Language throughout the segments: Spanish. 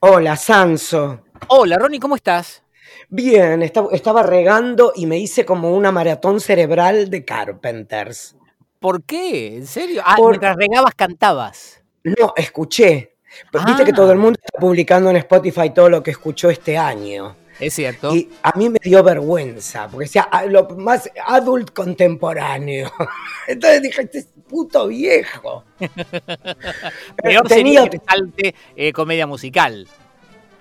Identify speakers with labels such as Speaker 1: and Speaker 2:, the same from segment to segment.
Speaker 1: Hola, Sanso.
Speaker 2: Hola, Ronnie, ¿cómo estás?
Speaker 1: Bien, esta- estaba regando y me hice como una maratón cerebral de Carpenters.
Speaker 2: ¿Por qué? ¿En serio? Ah,
Speaker 1: Por-
Speaker 2: mientras regabas cantabas.
Speaker 1: No, escuché. Pero Viste que
Speaker 2: Ah.
Speaker 1: todo el mundo está publicando en Spotify todo lo que escuchó este año.
Speaker 2: Es cierto.
Speaker 1: Y a mí me dio vergüenza, porque sea a- lo más adult contemporáneo. Entonces dije, este es puto viejo. tenía-
Speaker 2: Peor sería que te salte eh, comedia musical.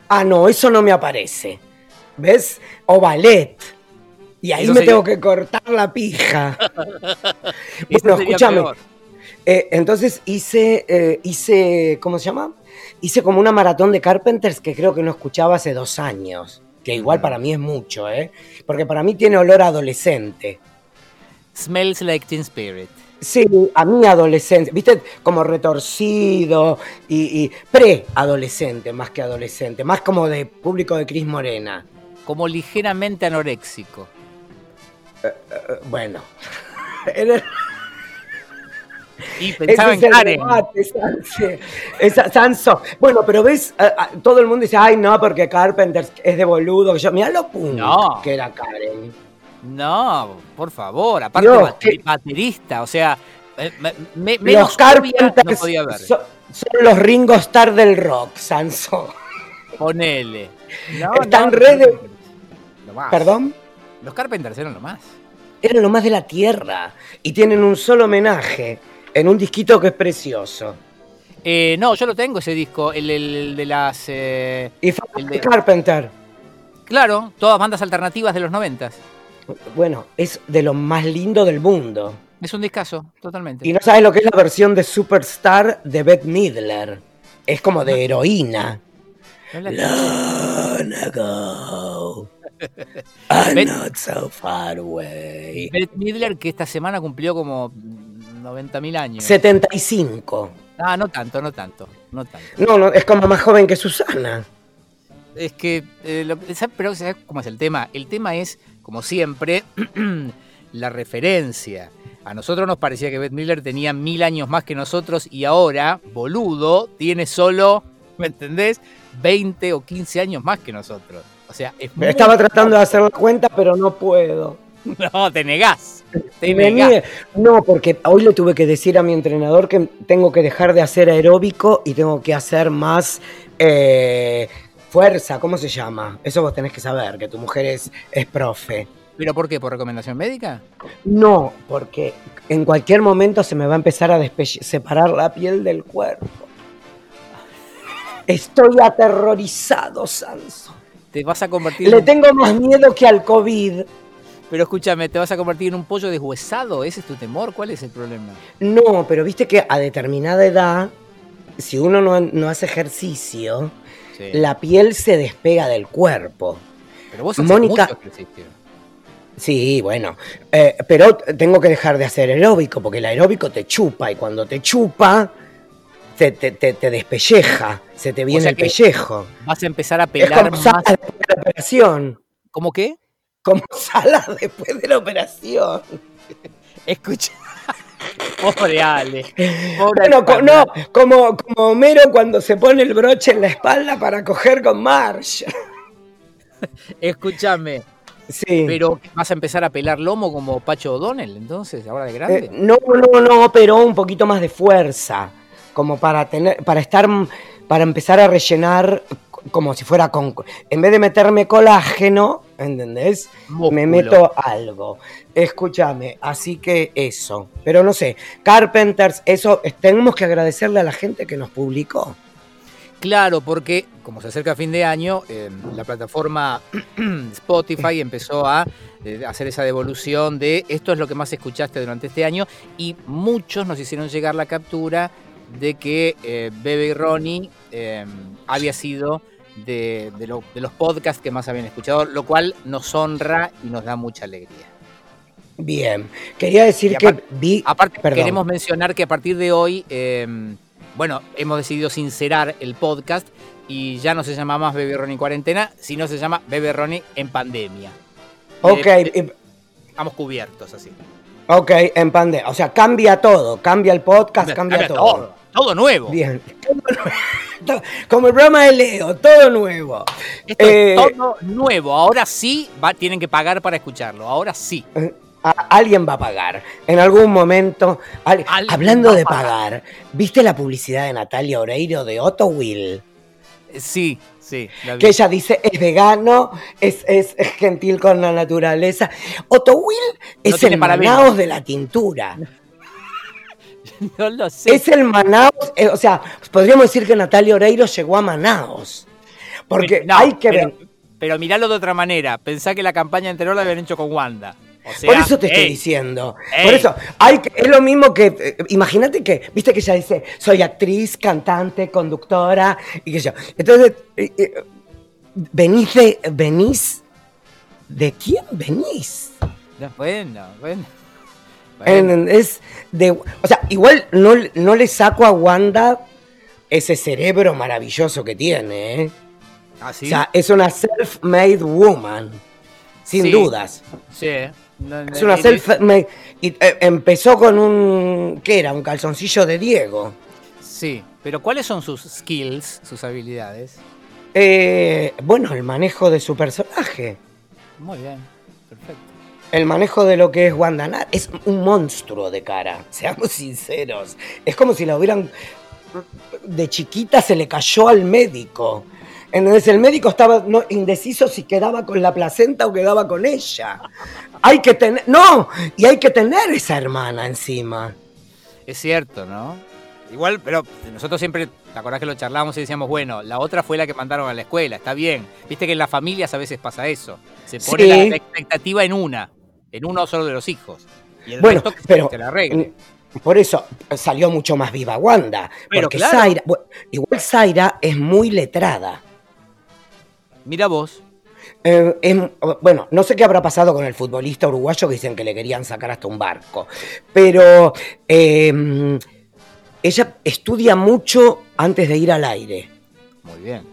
Speaker 1: Ah, no, eso no me aparece. ¿Ves? O ballet. Y ahí
Speaker 2: Eso
Speaker 1: me
Speaker 2: sería-
Speaker 1: tengo que cortar la pija.
Speaker 2: Eso
Speaker 1: Bueno,
Speaker 2: sería
Speaker 1: escúchame.
Speaker 2: peor.
Speaker 1: Eh, entonces hice, eh, hice, ¿cómo se llama? Hice como una maratón de Carpenters que creo que no escuchaba hace dos años. Que igual
Speaker 2: Ujú.
Speaker 1: para mí es mucho, ¿eh? Porque para mí tiene olor a adolescente.
Speaker 2: Smells like Teen Spirit.
Speaker 1: Sí, a mi adolescencia, viste, como retorcido y, y pre-adolescente más que adolescente, más como de público de Cris Morena.
Speaker 2: Como ligeramente anoréxico.
Speaker 1: Eh, Bueno, En el-
Speaker 2: Y
Speaker 1: Ese
Speaker 2: pensaba
Speaker 1: es
Speaker 2: en
Speaker 1: el
Speaker 2: Karen.
Speaker 1: debate, Sanse. Esa- Sanso. Bueno, pero ves, a- a- todo el mundo dice, ay, no, porque Carpenter es de boludo. que Yo, mirá lo punk
Speaker 2: No.
Speaker 1: que era Karen.
Speaker 2: No, por favor. Aparte,
Speaker 1: Dios,
Speaker 2: bate-
Speaker 1: qué-
Speaker 2: baterista. O sea, eh, me- me- menos
Speaker 1: los
Speaker 2: obvia no
Speaker 1: Carpenters
Speaker 2: podía haber.
Speaker 1: son, son los Ringo Starr del rock, Sanso.
Speaker 2: Ponele. No,
Speaker 1: Están
Speaker 2: no,
Speaker 1: re de-
Speaker 2: no, lo más.
Speaker 1: ¿Perdón?
Speaker 2: Los Carpenters eran lo más.
Speaker 1: Eran lo más de la tierra y tienen un solo homenaje en un disquito que es precioso.
Speaker 2: Eh, no, yo lo tengo ese disco, el, el- el de las... eh,
Speaker 1: Y fa-
Speaker 2: El de-
Speaker 1: Carpenter,
Speaker 2: claro, todas bandas alternativas de los noventas.
Speaker 1: bueno, es de lo más lindo del mundo.
Speaker 2: Es un discazo, totalmente.
Speaker 1: Y no sabes lo que es la versión de Superstar de Beth Midler. Es como de heroína.
Speaker 2: No la-
Speaker 1: Long ago, I'm
Speaker 2: Beth-
Speaker 1: not so far away.
Speaker 2: Beth Midler que esta semana cumplió como 90.000 años.
Speaker 1: 75.
Speaker 2: Ah, no tanto, no tanto, no tanto.
Speaker 1: No, no, es como más joven que Susana.
Speaker 2: Es que, eh, lo- ¿sabes- pero ¿sabes cómo es el tema? El tema es, como siempre, la referencia. A nosotros nos parecía que Beth Miller tenía mil años más que nosotros y ahora, boludo, tiene solo, ¿me entendés? 20 o 15 años más que nosotros. O sea, es muy-
Speaker 1: Estaba tratando de hacer la cuenta, pero no puedo.
Speaker 2: No, te negás. Te
Speaker 1: Me
Speaker 2: negás.
Speaker 1: niegué. No, porque hoy le tuve que decir a mi entrenador que tengo que dejar de hacer aeróbico y tengo que hacer más eh, fuerza. ¿Cómo se llama? Eso vos tenés que saber, que tu mujer es, es profe.
Speaker 2: ¿Pero por qué? ¿Por recomendación médica?
Speaker 1: No, porque en cualquier momento se me va a empezar a despe- separar la piel del cuerpo. Estoy aterrorizado, Sanso.
Speaker 2: Te vas a convertir en
Speaker 1: Le
Speaker 2: un-
Speaker 1: tengo más miedo que al COVID.
Speaker 2: Pero escúchame, te vas a convertir en un pollo deshuesado. ¿Ese es tu temor? ¿Cuál es el problema?
Speaker 1: No, pero viste que a determinada edad, si uno no, no hace ejercicio,
Speaker 2: Sí.
Speaker 1: la piel se despega del cuerpo.
Speaker 2: Pero vos haces
Speaker 1: Mónica-
Speaker 2: mucho ejercicio.
Speaker 1: Sí, bueno, eh, pero tengo que dejar de hacer aeróbico, porque el aeróbico te chupa y cuando te chupa, te, te, te- te despelleja, se te viene
Speaker 2: sea
Speaker 1: el
Speaker 2: que
Speaker 1: pellejo.
Speaker 2: Vas a empezar a
Speaker 1: Es
Speaker 2: pelar
Speaker 1: como
Speaker 2: más.
Speaker 1: salas después de la operación.
Speaker 2: ¿Cómo qué?
Speaker 1: Como salas después de la operación.
Speaker 2: Escucha. Pobre Ale. Pobre
Speaker 1: Bueno, co- no,
Speaker 2: Ale.
Speaker 1: como, como Homero cuando se pone el broche en la espalda para coger con Marsh.
Speaker 2: Escúchame.
Speaker 1: Sí.
Speaker 2: Pero vas a empezar a pelar lomo como Pacho O'Donnell, entonces, ahora de grande.
Speaker 1: Eh, no, no, no, pero un poquito más de fuerza, como para tener, para estar, para empezar a rellenar c- como si fuera con, en vez de meterme colágeno, ¿entendés? Me
Speaker 2: Músculo.
Speaker 1: meto algo. Escúchame, así que eso. Pero no sé, Carpenters, eso eh, tenemos que agradecerle a la gente que nos publicó.
Speaker 2: Claro, porque como se acerca fin de año, eh, la plataforma Spotify empezó a eh, hacer esa devolución de esto es lo que más escuchaste durante este año y muchos nos hicieron llegar la captura de que eh, Bebe y Ronnie eh, había sido de, de lo- de los podcasts que más habían escuchado, lo cual nos honra y nos da mucha alegría.
Speaker 1: Bien, quería
Speaker 2: Y
Speaker 1: decir que
Speaker 2: aparte-
Speaker 1: vi,
Speaker 2: Aparte,
Speaker 1: Perdón.
Speaker 2: queremos mencionar que a partir de hoy, eh, bueno, hemos decidido sincerar el podcast y ya no se llama más Bebe Ronnie en cuarentena, sino se llama Bebe Ronnie en pandemia.
Speaker 1: ok,
Speaker 2: Eh,
Speaker 1: eh,
Speaker 2: estamos cubiertos así.
Speaker 1: ok, en pandemia, o sea, cambia todo, cambia el podcast, cambia, todo.
Speaker 2: todo. Todo nuevo.
Speaker 1: Bien. Como el programa de Leo, todo nuevo.
Speaker 2: Esto
Speaker 1: Eh,
Speaker 2: es todo nuevo. Ahora sí va- tienen que pagar para escucharlo. Ahora sí.
Speaker 1: A- alguien va a pagar. En algún momento. al-
Speaker 2: Alguien
Speaker 1: hablando
Speaker 2: va a
Speaker 1: de pagar, ¿viste la publicidad de Natalia Oreiro de Otto Will?
Speaker 2: Sí, sí. la vi.
Speaker 1: Eh, Que ella dice es vegano, es, es- es gentil con la naturaleza. Otto Will es
Speaker 2: tiene
Speaker 1: el
Speaker 2: parabienes.
Speaker 1: Manaos de la tintura.
Speaker 2: No lo sé.
Speaker 1: Es el Manaos. eh, o sea, podríamos decir que Natalia Oreiro llegó a Manaos. Porque
Speaker 2: No,
Speaker 1: hay que
Speaker 2: pero,
Speaker 1: ver.
Speaker 2: Pero miralo de otra manera. Pensá que la campaña anterior la habían hecho con Wanda. O sea,
Speaker 1: Por eso te estoy
Speaker 2: ey,
Speaker 1: diciendo.
Speaker 2: ey.
Speaker 1: Por eso, hay que- es lo mismo que. eh, Imagínate que, viste que ella dice, soy actriz, cantante, conductora, y que yo. Entonces, eh, eh, venís de. venís. ¿De quién venís?
Speaker 2: no, Bueno, bueno. Bueno,
Speaker 1: ¿Entendés? De, o sea, igual no, no le saco a Wanda ese cerebro maravilloso que tiene, ¿eh?
Speaker 2: así.
Speaker 1: O sea, es una self-made woman. Sin
Speaker 2: Sí.
Speaker 1: dudas.
Speaker 2: sí. ¿eh? No, no,
Speaker 1: Es una
Speaker 2: ni-
Speaker 1: self me- y, eh, empezó con un ¿qué era? Un calzoncillo de Diego.
Speaker 2: Sí, pero ¿cuáles son sus skills, sus habilidades?
Speaker 1: Eh, bueno, el manejo de su personaje,
Speaker 2: Muy bien, perfecto.
Speaker 1: el manejo de lo que es Wanda Nara, es un monstruo de cara, seamos sinceros. Es como si la hubieran de chiquita se le cayó al médico. Entonces el médico estaba no, indeciso si quedaba con la placenta o quedaba con ella. Hay que tener, no, y hay que tener esa hermana encima.
Speaker 2: Es cierto, ¿no? Igual, pero nosotros siempre, ¿te acordás que lo charlábamos y decíamos, bueno, la otra fue la que mandaron a la escuela, está bien. Viste que en las familias a veces pasa eso. Se pone
Speaker 1: Sí.
Speaker 2: la, la expectativa en una, en uno solo de los hijos. Y el
Speaker 1: Bueno,
Speaker 2: resto que
Speaker 1: pero-
Speaker 2: se la arregle.
Speaker 1: Por eso eh, salió mucho más viva Wanda.
Speaker 2: Pero
Speaker 1: porque
Speaker 2: claro.
Speaker 1: Zaira, bu- igual Zaira es muy letrada.
Speaker 2: Mira vos.
Speaker 1: Eh, es- bueno, no sé qué habrá pasado con el futbolista uruguayo que dicen que le querían sacar hasta un barco. Pero eh, ella estudia mucho antes de ir al aire.
Speaker 2: Muy bien.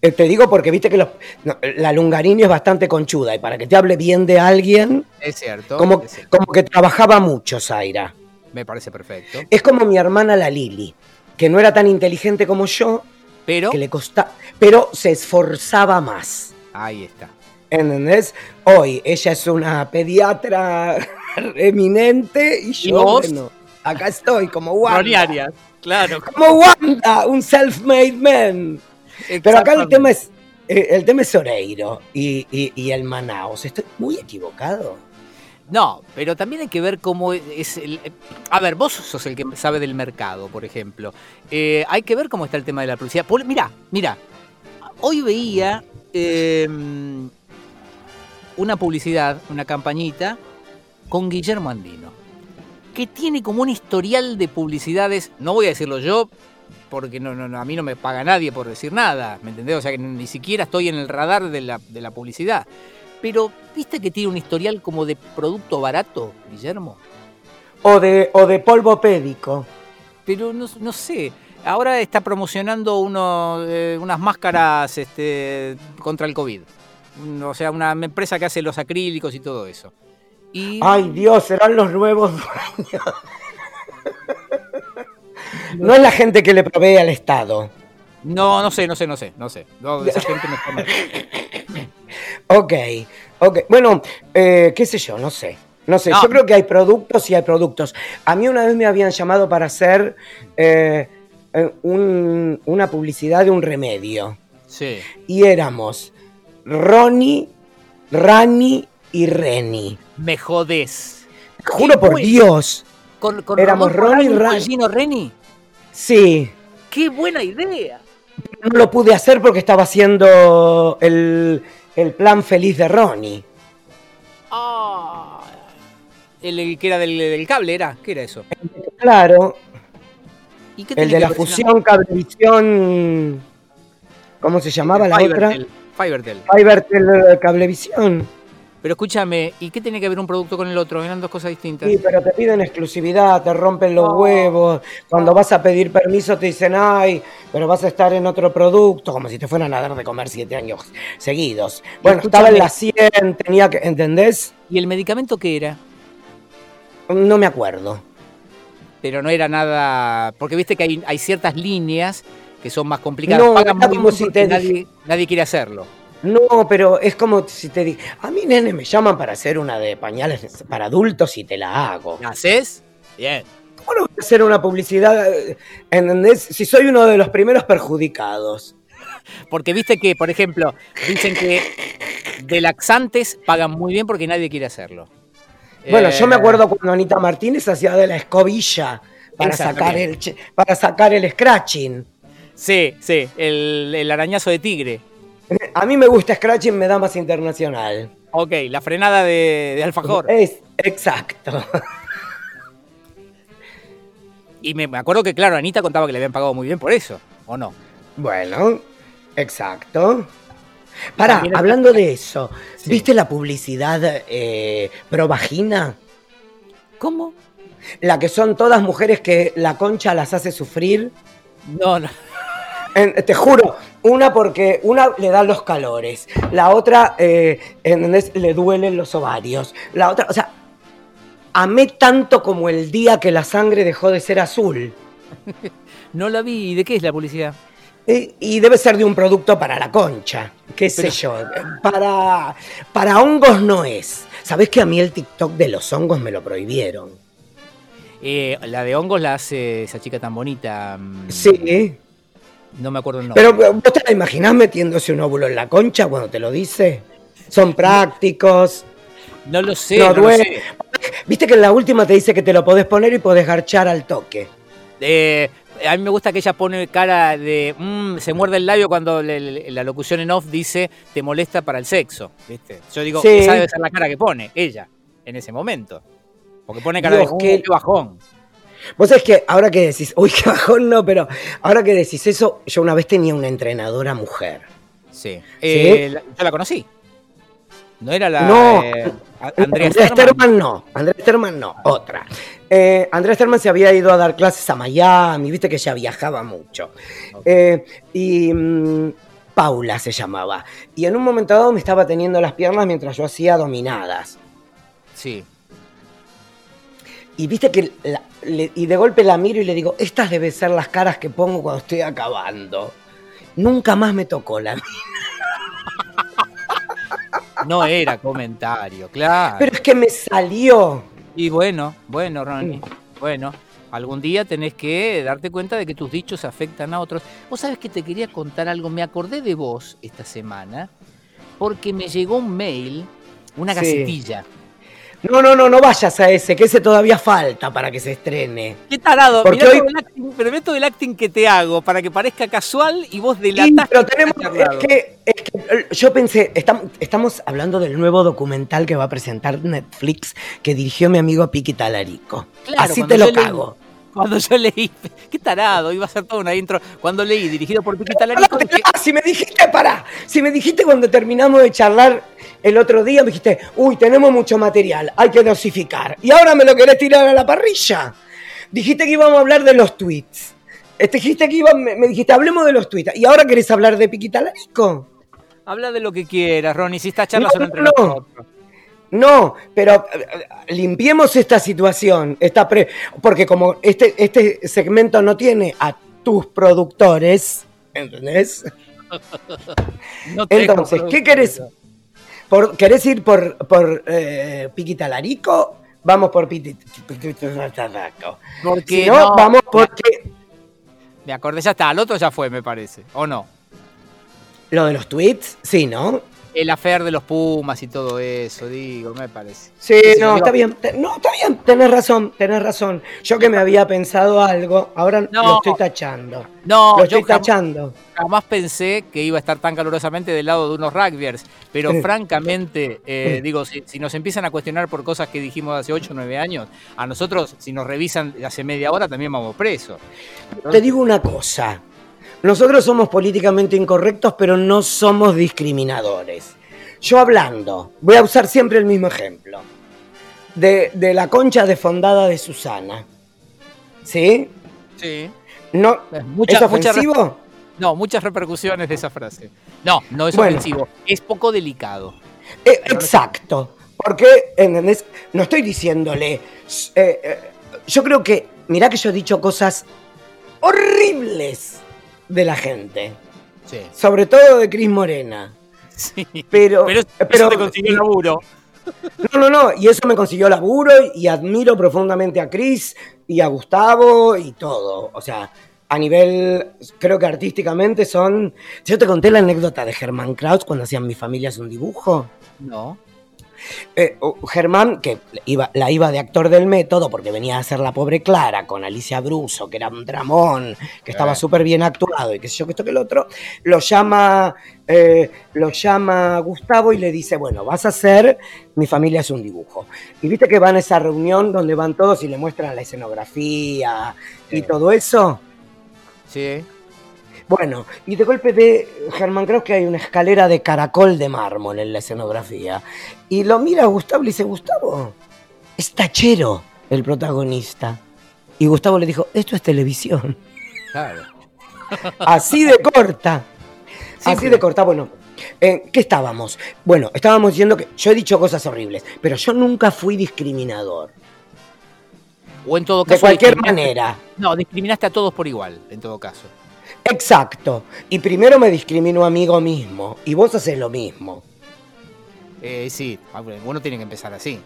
Speaker 1: Eh, te digo porque viste que los- no, la Lungarini es bastante conchuda y para que te hable bien de alguien,
Speaker 2: Es cierto.
Speaker 1: como,
Speaker 2: es cierto.
Speaker 1: como que trabajaba mucho Zaira.
Speaker 2: Me parece perfecto.
Speaker 1: Es como mi hermana la Lili, que no era tan inteligente como yo,
Speaker 2: Pero,
Speaker 1: que le costa, pero se esforzaba más.
Speaker 2: ahí está.
Speaker 1: ¿Entendés? Hoy ella es una pediatra eminente y yo,
Speaker 2: vos?
Speaker 1: bueno, acá estoy como Wanda.
Speaker 2: Ronnie claro.
Speaker 1: Como Wanda, un self-made man. Pero acá el tema es, eh, el tema es Oreiro y, y- y el Manaus. Estoy muy equivocado.
Speaker 2: No, pero también hay que ver cómo es el... eh, A ver, vos sos el que sabe del mercado, por ejemplo. Eh, hay que ver cómo está el tema de la publicidad. Pol- Mirá, mirá. Hoy veía eh, una publicidad, una campañita con Guillermo Andino, que tiene como un historial de publicidades, no voy a decirlo yo, porque no, no, no, a mí no me paga nadie por decir nada, ¿me entendés? O sea que ni siquiera estoy en el radar de la, de la publicidad. Pero, ¿viste que tiene un historial como de producto barato, Guillermo?
Speaker 1: O de, o de polvo pédico.
Speaker 2: Pero no, no sé. Ahora está promocionando uno, eh, unas máscaras este, contra el COVID. Mm, O sea, una empresa que hace los acrílicos y todo eso. Y
Speaker 1: Ay Dios, serán los nuevos dueños. No es la gente que le provee al Estado.
Speaker 2: no, no sé, no sé, no sé, no sé. No, esa gente me está mal.
Speaker 1: Ok, ok. Bueno, eh, qué sé yo, no sé. No sé,
Speaker 2: No.
Speaker 1: yo creo que hay productos y hay productos. A mí una vez me habían llamado para hacer eh, eh, un- una publicidad de un remedio.
Speaker 2: Sí.
Speaker 1: Y éramos Ronnie, Rani y Reni.
Speaker 2: Me jodés.
Speaker 1: Te Juro por
Speaker 2: bueno.
Speaker 1: Dios.
Speaker 2: Con, con
Speaker 1: Éramos
Speaker 2: Ramón
Speaker 1: Ronnie
Speaker 2: Polanco y
Speaker 1: Ray.
Speaker 2: Gino Reni.
Speaker 1: Sí.
Speaker 2: ¡Qué buena idea!
Speaker 1: No lo pude hacer porque estaba haciendo el, el plan feliz de Ronnie.
Speaker 2: Ah. El, el que era del, del cable, ¿era? ¿Qué era eso?
Speaker 1: Claro,
Speaker 2: ¿Y qué
Speaker 1: el
Speaker 2: tiene
Speaker 1: de
Speaker 2: que
Speaker 1: la
Speaker 2: ver si no-
Speaker 1: fusión, cablevisión. ¿Cómo se llamaba la otra?
Speaker 2: Fivertel, Fivertel.
Speaker 1: Fivertel Cablevisión.
Speaker 2: Pero escúchame, ¿y qué tiene que ver un producto con el otro? Eran dos cosas distintas.
Speaker 1: Sí, pero te piden exclusividad, te rompen los
Speaker 2: No.
Speaker 1: huevos. Cuando vas a pedir permiso te dicen, ay, pero vas a estar en otro producto, como si te fueran a dar de comer siete años seguidos. Bueno, estaba en la 100, tenía que, ¿entendés?
Speaker 2: ¿Y el medicamento qué era?
Speaker 1: No me acuerdo.
Speaker 2: pero no era nada. Porque viste que hay, hay ciertas líneas que son más complicadas.
Speaker 1: No,
Speaker 2: Pagan
Speaker 1: era
Speaker 2: muy
Speaker 1: como
Speaker 2: bien
Speaker 1: si
Speaker 2: porque
Speaker 1: te
Speaker 2: nadie,
Speaker 1: dije-
Speaker 2: nadie quiere hacerlo.
Speaker 1: No, pero es como si te digo, a mí nene me llaman para hacer una de pañales para adultos y te la hago.
Speaker 2: ¿La haces? Bien.
Speaker 1: ¿Cómo no voy a hacer una publicidad? eh, ¿Entendés? Si soy uno de los primeros perjudicados.
Speaker 2: Porque viste que, por ejemplo, dicen que de laxantes pagan muy bien porque nadie quiere hacerlo.
Speaker 1: Bueno,
Speaker 2: Eh,
Speaker 1: yo me acuerdo cuando Anita Martínez hacía de la escobilla para
Speaker 2: Esa
Speaker 1: sacar
Speaker 2: también.
Speaker 1: el ch- para sacar el scratching.
Speaker 2: Sí, sí, el, el arañazo de tigre.
Speaker 1: A mí me gusta scratching, me da más internacional.
Speaker 2: Ok, la frenada de, de alfajor.
Speaker 1: Es exacto.
Speaker 2: Y me, me acuerdo que, claro, Anita contaba que le habían pagado muy bien por eso, ¿o no?
Speaker 1: Bueno, exacto. Pará,
Speaker 2: También es-
Speaker 1: hablando de eso,
Speaker 2: Sí.
Speaker 1: ¿viste la publicidad eh, pro vagina?
Speaker 2: ¿Cómo?
Speaker 1: La que son todas mujeres que la concha las hace sufrir.
Speaker 2: No, no.
Speaker 1: En- te juro, una porque una le da los calores, la otra eh, ¿entendés? le duelen los ovarios, la otra, o sea, amé tanto como el día que la sangre dejó de ser azul.
Speaker 2: No la vi. ¿Y de qué es la publicidad?
Speaker 1: Y, y debe ser de un producto para la concha, qué sé yo. Para, para hongos no es. ¿Sabés que a mí el TikTok de los hongos me lo prohibieron?
Speaker 2: Eh, la de hongos la hace esa chica tan bonita. mm,
Speaker 1: Sí.
Speaker 2: No me acuerdo el nombre.
Speaker 1: Pero ¿vos te la imaginás metiéndose un óvulo en la concha cuando te lo dice? Son prácticos.
Speaker 2: no lo sé.
Speaker 1: no
Speaker 2: no lo
Speaker 1: duele.
Speaker 2: sé.
Speaker 1: Viste que en la última te dice que te lo podés poner y podés garchar al toque.
Speaker 2: Eh, a mí me gusta que ella pone cara de. mm, se muerde el labio cuando le- le- la locución en off dice te molesta para el sexo. ¿viste? Yo digo,
Speaker 1: Sí.
Speaker 2: esa debe ser la cara que pone ella en ese momento. Porque pone cara
Speaker 1: Dios,
Speaker 2: de "Uh,
Speaker 1: qué-
Speaker 2: qué bajón.
Speaker 1: Vos sabés que ahora que decís, uy, qué bajón, no, pero ahora que decís eso, yo una vez tenía una entrenadora mujer.
Speaker 2: Sí. Eh, la- yo la conocí. No era la.
Speaker 1: No.
Speaker 2: eh, a-
Speaker 1: Andrea
Speaker 2: Andrea Sterman.
Speaker 1: Sterman no, Andrea Sterman no, otra. Eh, Andrea Sterman se había ido a dar clases a Miami, viste que ella viajaba mucho.
Speaker 2: Ok.
Speaker 1: Eh, y mm, Paula se llamaba. Y en un momento dado me estaba teniendo las piernas mientras yo hacía dominadas.
Speaker 2: Sí.
Speaker 1: Y viste que la- le- y de golpe la miro y le digo, estas deben ser las caras que pongo cuando estoy acabando. Nunca más me tocó la.
Speaker 2: No era comentario, claro.
Speaker 1: Pero es que me salió.
Speaker 2: Y bueno, bueno, Ronnie, bueno. Algún día tenés que darte cuenta de que tus dichos afectan a otros. Vos sabés que te quería contar algo. Me acordé de vos esta semana porque me llegó un mail, una
Speaker 1: Sí.
Speaker 2: gacetilla.
Speaker 1: No, no, no, no vayas a ese, que ese todavía falta para que se estrene.
Speaker 2: Qué tarado,
Speaker 1: Porque
Speaker 2: mirá
Speaker 1: hoy-
Speaker 2: todo el acting, pero mirá todo el acting que te hago para que parezca casual y vos delatás.
Speaker 1: Sí, pero
Speaker 2: que te
Speaker 1: tenemos.
Speaker 2: has charlado.
Speaker 1: Es que, es que, eh, yo pensé, estam- estamos hablando del nuevo documental que va a presentar Netflix que dirigió mi amigo Piqui Talarico.
Speaker 2: Claro,
Speaker 1: Así
Speaker 2: cuando
Speaker 1: te
Speaker 2: yo
Speaker 1: lo
Speaker 2: leí-
Speaker 1: cago.
Speaker 2: Cuando yo leí, qué tarado, iba a ser toda una intro. Cuando leí, dirigido por Piquita
Speaker 1: Pará,
Speaker 2: Talarico, dije,
Speaker 1: pará, Si me dijiste, pará, si me dijiste cuando terminamos de charlar el otro día, me dijiste, uy, tenemos mucho material, hay que dosificar. Y ahora me lo querés tirar a la parrilla. Dijiste que íbamos a hablar de los tweets. Este, dijiste que iba, me, me dijiste, hablemos de los tweets. Y ahora querés hablar de Piqui Talarico.
Speaker 2: habla de lo que quieras, Ronnie, si estas charlas
Speaker 1: No,
Speaker 2: son entre
Speaker 1: no, no.
Speaker 2: nosotros.
Speaker 1: No, pero eh, eh, limpiemos esta situación, esta pre- porque como este, este segmento no tiene a tus productores, ¿entendés?
Speaker 2: No te
Speaker 1: Entonces,
Speaker 2: dejo,
Speaker 1: ¿qué querés?
Speaker 2: producto.
Speaker 1: Por, ¿Querés ir por, por eh, Piquita Larico? Vamos por Piquita Larico.
Speaker 2: Porque
Speaker 1: Si no,
Speaker 2: no,
Speaker 1: vamos porque
Speaker 2: Me acordé, ya está, al otro ya fue, me parece, ¿o no?
Speaker 1: lo de los tweets, sí, ¿no?
Speaker 2: El afer de los Pumas y todo eso, digo, me parece.
Speaker 1: Sí,
Speaker 2: Sí,
Speaker 1: no,
Speaker 2: digo-
Speaker 1: está bien. te- No, está bien, tenés razón, tenés razón. Yo que me había pensado algo, ahora
Speaker 2: No.
Speaker 1: lo estoy tachando.
Speaker 2: No,
Speaker 1: lo
Speaker 2: yo
Speaker 1: estoy
Speaker 2: jam-
Speaker 1: tachando.
Speaker 2: jamás pensé que iba a estar tan calurosamente del lado de unos rugbyers, pero francamente, eh, digo, si, si nos empiezan a cuestionar por cosas que dijimos hace 8 o 9 años, a nosotros, si nos revisan hace media hora, también vamos presos.
Speaker 1: Te digo una cosa. Nosotros somos políticamente incorrectos, pero no somos discriminadores. Yo hablando, voy a usar siempre el mismo ejemplo. De, de la concha desfondada de Susana. ¿Sí?
Speaker 2: Sí.
Speaker 1: No,
Speaker 2: Mucha,
Speaker 1: ¿Es
Speaker 2: mucha
Speaker 1: ofensivo?
Speaker 2: No, muchas repercusiones de esa frase. No, no es
Speaker 1: Bueno.
Speaker 2: ofensivo. Es poco delicado.
Speaker 1: Eh, exacto. Porque, ¿entendés? No estoy diciéndole. s- eh, eh, yo creo que mirá que yo he dicho cosas horribles de la gente.
Speaker 2: Sí.
Speaker 1: Sobre todo de Cris Morena.
Speaker 3: Sí.
Speaker 1: Pero,
Speaker 3: Pero, eso-
Speaker 1: pero-
Speaker 3: eso te consiguió el laburo.
Speaker 1: No, no, no. Y eso me consiguió laburo y admiro profundamente a Cris y a Gustavo y todo. O sea, a nivel, creo que artísticamente son... Yo te conté la anécdota de Germán Kraus cuando hacían Mi familia es un dibujo.
Speaker 2: No.
Speaker 1: Eh, o- Germán, que iba, la iba de actor del método porque venía a ser la pobre Clara con Alicia Bruso, que era un dramón, que estaba
Speaker 2: Eh.
Speaker 1: súper bien actuado y qué sé yo, que esto que el otro, lo llama, eh, lo llama Gustavo y le dice, bueno, vas a hacer Mi familia es un dibujo. Y viste que van a esa reunión donde van todos y le muestran la escenografía y
Speaker 2: Sí.
Speaker 1: todo eso.
Speaker 2: Sí.
Speaker 1: Bueno, y de golpe ve Germán Kraus que hay una escalera de caracol de mármol en la escenografía. Y lo mira a Gustavo y le dice, Gustavo, es tachero el protagonista. Y Gustavo le dijo, esto es televisión.
Speaker 2: Claro.
Speaker 1: Así de corta. Así
Speaker 2: Simple.
Speaker 1: de corta, bueno. eh, ¿Qué estábamos? Bueno, estábamos diciendo que yo he dicho cosas horribles, pero yo nunca fui discriminador.
Speaker 2: O en todo caso.
Speaker 1: De cualquier
Speaker 2: discriminaste-
Speaker 1: manera.
Speaker 2: No, discriminaste a todos por igual, en todo caso.
Speaker 1: Exacto. Y primero me discrimino amigo mismo. Y vos haces lo mismo.
Speaker 2: Eh, sí, uno tiene que empezar así.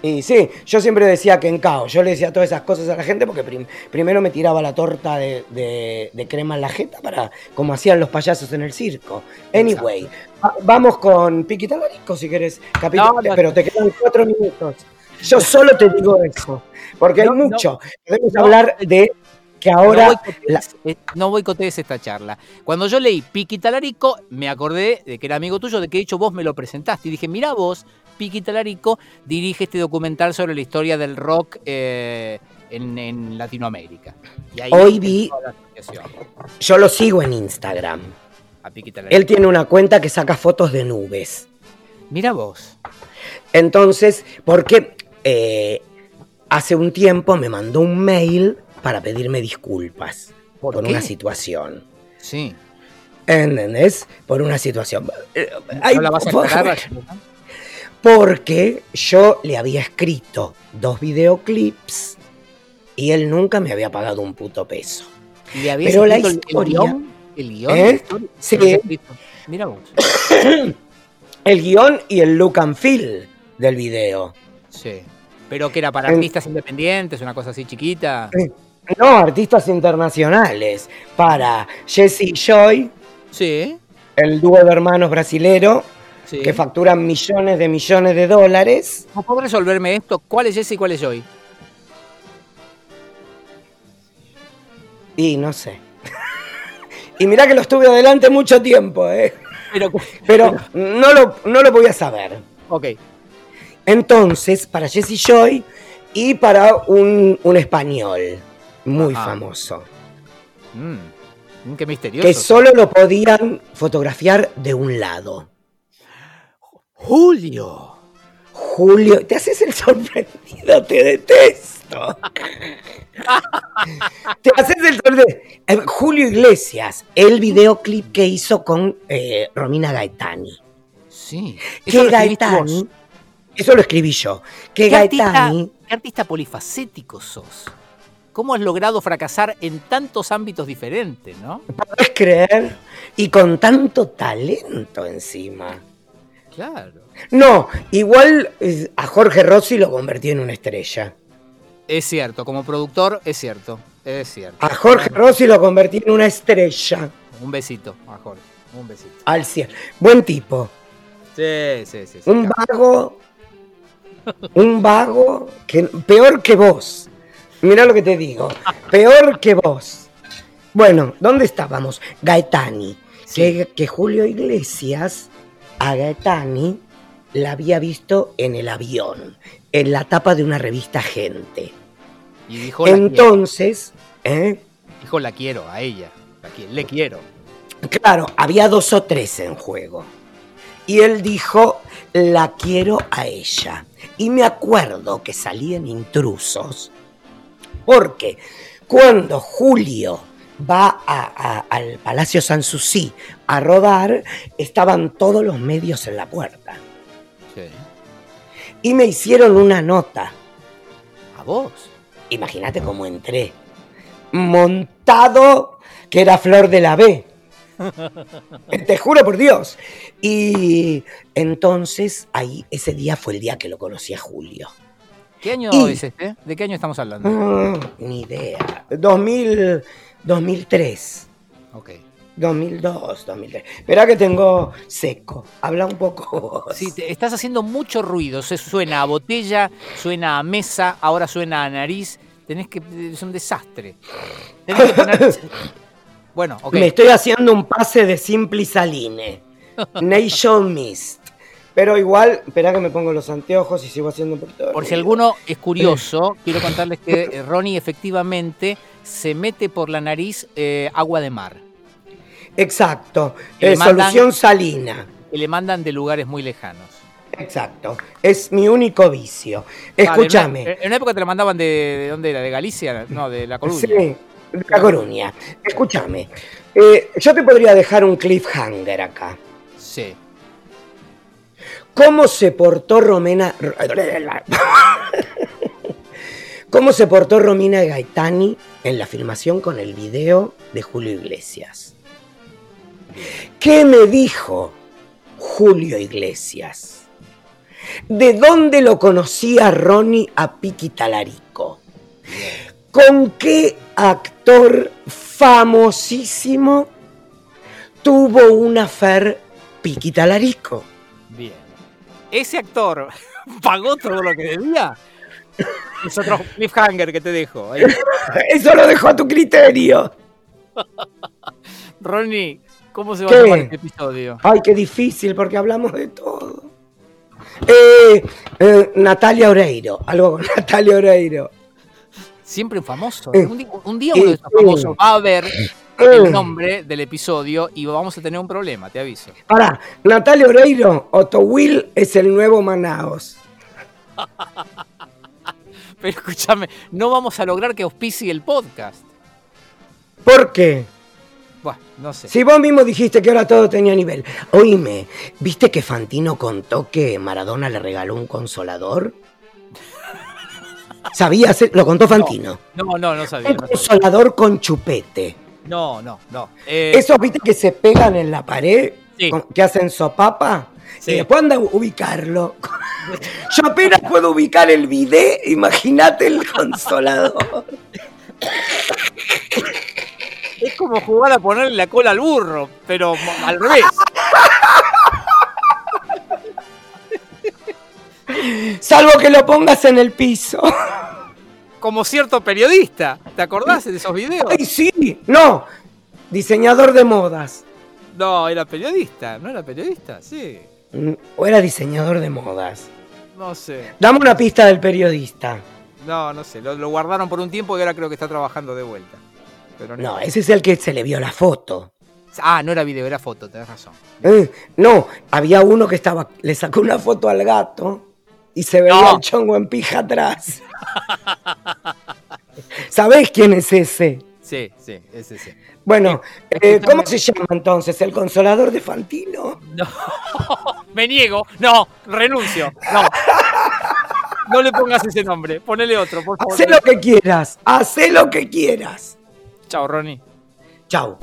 Speaker 1: Y sí, yo siempre decía que en caos, yo le decía todas esas cosas a la gente porque prim- primero me tiraba la torta de, de- de crema en la jeta para como hacían los payasos en el circo. Anyway, va- vamos con Piquita Larico si querés, capítulo,
Speaker 2: No, no.
Speaker 1: pero te quedan cuatro minutos. Yo solo te digo eso, porque
Speaker 2: No,
Speaker 1: hay
Speaker 2: no.
Speaker 1: mucho. Podemos
Speaker 2: No.
Speaker 1: hablar de que ahora...
Speaker 2: no boicotees, eh, no boicotees esta charla. Cuando yo leí Piqui Talarico, me acordé de que era amigo tuyo, de que de hecho vos me lo presentaste. Y dije, mirá vos, Piqui Talarico dirige este documental sobre la historia del rock eh, en, en Latinoamérica. Y ahí
Speaker 1: Hoy vi-
Speaker 2: empezó la asociación
Speaker 1: Yo lo sigo en Instagram.
Speaker 2: A Piqui Talarico.
Speaker 1: Él tiene una cuenta que saca fotos de nubes.
Speaker 2: Mirá vos.
Speaker 1: Entonces, porque eh, hace un tiempo me mandó un mail para pedirme disculpas por,
Speaker 2: qué?
Speaker 1: una situación.
Speaker 2: Sí.
Speaker 1: ¿Entendés? Por una situación. Eh, ay,
Speaker 2: ¿No la vas a
Speaker 1: por-
Speaker 2: aclarar, Rachel?
Speaker 1: Porque yo le había escrito dos videoclips y él nunca me había pagado un puto peso.
Speaker 2: ¿Le habías
Speaker 1: Pero la
Speaker 2: escrito el-
Speaker 1: historia-
Speaker 2: El guión. El guión.
Speaker 1: ¿Eh?
Speaker 2: la historia?
Speaker 1: Sí.
Speaker 2: ¿Lo has escrito? Mirá vos.
Speaker 1: El guión y el look and feel del video.
Speaker 2: Sí. Pero que era para
Speaker 1: En-
Speaker 2: artistas independientes, una cosa así chiquita.
Speaker 1: No, artistas internacionales. Para Jesse Joy,
Speaker 2: Sí.
Speaker 1: el dúo de hermanos brasilero,
Speaker 2: sí.
Speaker 1: que facturan millones de millones de dólares.
Speaker 2: ¿Vos podés resolverme esto? ¿Cuál es ese y cuál es hoy?
Speaker 1: Y no sé. y mirá que lo estuve adelante mucho tiempo, ¿eh?
Speaker 2: Pero,
Speaker 1: Pero no lo, no lo voy a saber.
Speaker 2: ok,
Speaker 1: Entonces, para Jesse Joy y para un, un español muy
Speaker 2: Ajá.
Speaker 1: famoso,
Speaker 2: Mm, mm, qué misterioso.
Speaker 1: que solo lo podían fotografiar de un lado.
Speaker 2: Julio.
Speaker 1: Julio, te haces el sorprendido, te detesto. te haces el sorprendido. Eh, Julio Iglesias, el videoclip que hizo con eh, Romina Gaetani.
Speaker 2: Sí. Eso
Speaker 1: Que
Speaker 2: lo escribiste
Speaker 1: Gaetani.
Speaker 2: vos.
Speaker 1: Eso lo escribí yo. Que
Speaker 2: ¿Qué artista,
Speaker 1: Gaetani.
Speaker 2: qué artista polifacético sos? ¿Cómo has logrado fracasar en tantos ámbitos diferentes, no?
Speaker 1: ¿Podés creer? Y con tanto talento encima.
Speaker 2: Claro.
Speaker 1: No, igual eh, a Jorge Rossi lo convirtió en una estrella.
Speaker 2: Es cierto, como productor, es cierto. Es cierto.
Speaker 1: A Jorge Rossi lo convirtió en una estrella.
Speaker 2: Un besito a Jorge. Un besito.
Speaker 1: Al cielo. Buen tipo.
Speaker 2: Sí, sí, sí. sí,
Speaker 1: Un
Speaker 2: claro.
Speaker 1: vago. Un vago que peor que vos. Mirá lo que te digo. Peor que vos. Bueno, ¿dónde estábamos? Gaetani.
Speaker 2: Sí.
Speaker 1: Que, que Julio Iglesias a Gaetani la había visto en el avión, en la tapa de una revista Gente.
Speaker 2: Y dijo la, quiero,
Speaker 1: Entonces, ¿eh?
Speaker 2: dijo la quiero a ella. La qui- le quiero.
Speaker 1: Claro, había dos o tres en juego. Y él dijo, la quiero a ella. Y me acuerdo que salían intrusos. Porque cuando Julio va a- a- al Palacio Sanssouci a rodar, estaban todos los medios en la puerta.
Speaker 2: Sí.
Speaker 1: Y me hicieron una nota.
Speaker 2: A vos.
Speaker 1: Imagínate cómo entré. Montado que era Flor de la B. Te juro por Dios. Y entonces ahí ese día fue el día que lo conocí a Julio.
Speaker 2: ¿Qué año
Speaker 1: Y-
Speaker 2: es este? ¿De qué año estamos hablando?
Speaker 1: Mm, ni idea. 2000, 2003.
Speaker 2: Ok.
Speaker 1: 2002, 2003. Espera que tengo seco. Habla un poco vos.
Speaker 2: Sí, te- estás haciendo mucho ruido. Se suena a botella, suena a mesa, ahora suena a nariz. Tenés que. Es un desastre. Tenés que poner- Bueno, ok.
Speaker 1: Me estoy haciendo un pase de Simply Saline. Nation Mist. Pero igual, espera que me pongo los anteojos y sigo haciendo por todo. el
Speaker 2: Por si
Speaker 1: ruido.
Speaker 2: alguno es curioso, quiero contarles que eh, Ronnie efectivamente se mete por la nariz eh, agua de mar.
Speaker 1: Exacto.
Speaker 2: Y le
Speaker 1: Eh,
Speaker 2: mandan-
Speaker 1: Solución salina.
Speaker 2: Que le mandan de lugares muy lejanos.
Speaker 1: Exacto. Es mi único vicio.
Speaker 2: Ah, de una-
Speaker 1: Escúchame.
Speaker 2: en una época te la mandaban de, de dónde era, de Galicia, no, de La Coruña.
Speaker 1: Sí, de La Coruña. Escúchame. Eh, yo te podría dejar un cliffhanger acá.
Speaker 2: Sí.
Speaker 1: ¿Cómo se portó Romena. ¿Cómo se portó Romina Gaetani en la filmación con el video de Julio Iglesias? ¿Qué me dijo Julio Iglesias? ¿De dónde lo conocía Ronnie a Piqui Talarico? ¿Con qué actor famosísimo tuvo un affair Piqui Talarico?
Speaker 2: Bien. Ese actor pagó todo lo que debía. Es otro cliffhanger que te dejo. ahí.
Speaker 1: Eso lo dejo a tu criterio.
Speaker 2: Ronnie, ¿cómo se va
Speaker 1: ¿Qué?
Speaker 2: a llamar este episodio?
Speaker 1: Ay, qué difícil, porque hablamos de todo. Eh, eh, Natalia Oreiro, algo con Natalia Oreiro.
Speaker 2: Siempre un famoso.
Speaker 1: Eh,
Speaker 2: Un día, un día uno de estos
Speaker 1: eh,
Speaker 2: famosos va a ver
Speaker 1: Eh,
Speaker 2: el nombre del episodio y vamos a tener un problema, te aviso.
Speaker 1: Pará, Natalia Oreiro, Otto Will es el nuevo Manaos.
Speaker 2: Pero escúchame, no vamos a lograr que auspicie el podcast.
Speaker 1: ¿Por qué?
Speaker 2: Bueno, no sé.
Speaker 1: Si vos mismo dijiste que ahora todo tenía nivel. Oíme, ¿viste que Fantino contó que Maradona le regaló un consolador? ¿Sabías? eh? Lo contó Fantino.
Speaker 2: No, no, no sabía.
Speaker 1: Un
Speaker 2: No, sabía.
Speaker 1: consolador con chupete.
Speaker 2: no, no. no. Eh,
Speaker 1: Esos, viste, que se pegan en la pared,
Speaker 2: Sí.
Speaker 1: con- que hacen sopapa,
Speaker 2: Sí.
Speaker 1: y después anda a ubicarlo. Yo apenas puedo ubicar el bidé, imagínate el consolador.
Speaker 2: es como jugar a ponerle la cola al burro, pero mo- al revés.
Speaker 1: Salvo que lo pongas en el piso.
Speaker 2: Como cierto periodista. ¿Te acordás de esos videos?
Speaker 1: ¡Ay, sí! No, diseñador de modas.
Speaker 2: No, era periodista, no era periodista, sí.
Speaker 1: Mm, O era diseñador de modas.
Speaker 2: No sé,
Speaker 1: Dame una pista del periodista.
Speaker 2: no, no sé. Lo, lo guardaron por un tiempo y ahora creo que está trabajando de vuelta. Pero
Speaker 1: No, ese es el que se le vio la foto.
Speaker 2: Ah, no era video, era foto, tenés razón.
Speaker 1: Eh, no, había uno que estaba, le sacó una foto al gato y se veía
Speaker 2: No.
Speaker 1: el chongo en pija atrás. ¿Sabés quién es ese?
Speaker 2: Sí, sí, ese sí.
Speaker 1: Bueno, eh,
Speaker 2: escúchame.
Speaker 1: ¿cómo se llama entonces? ¿El consolador de Fantino?
Speaker 2: No, me niego, no, renuncio, no. No le pongas ese nombre, ponele otro, por favor.
Speaker 1: Hacé lo que quieras, hacé lo que quieras.
Speaker 2: Chao, Ronnie.
Speaker 1: Chau.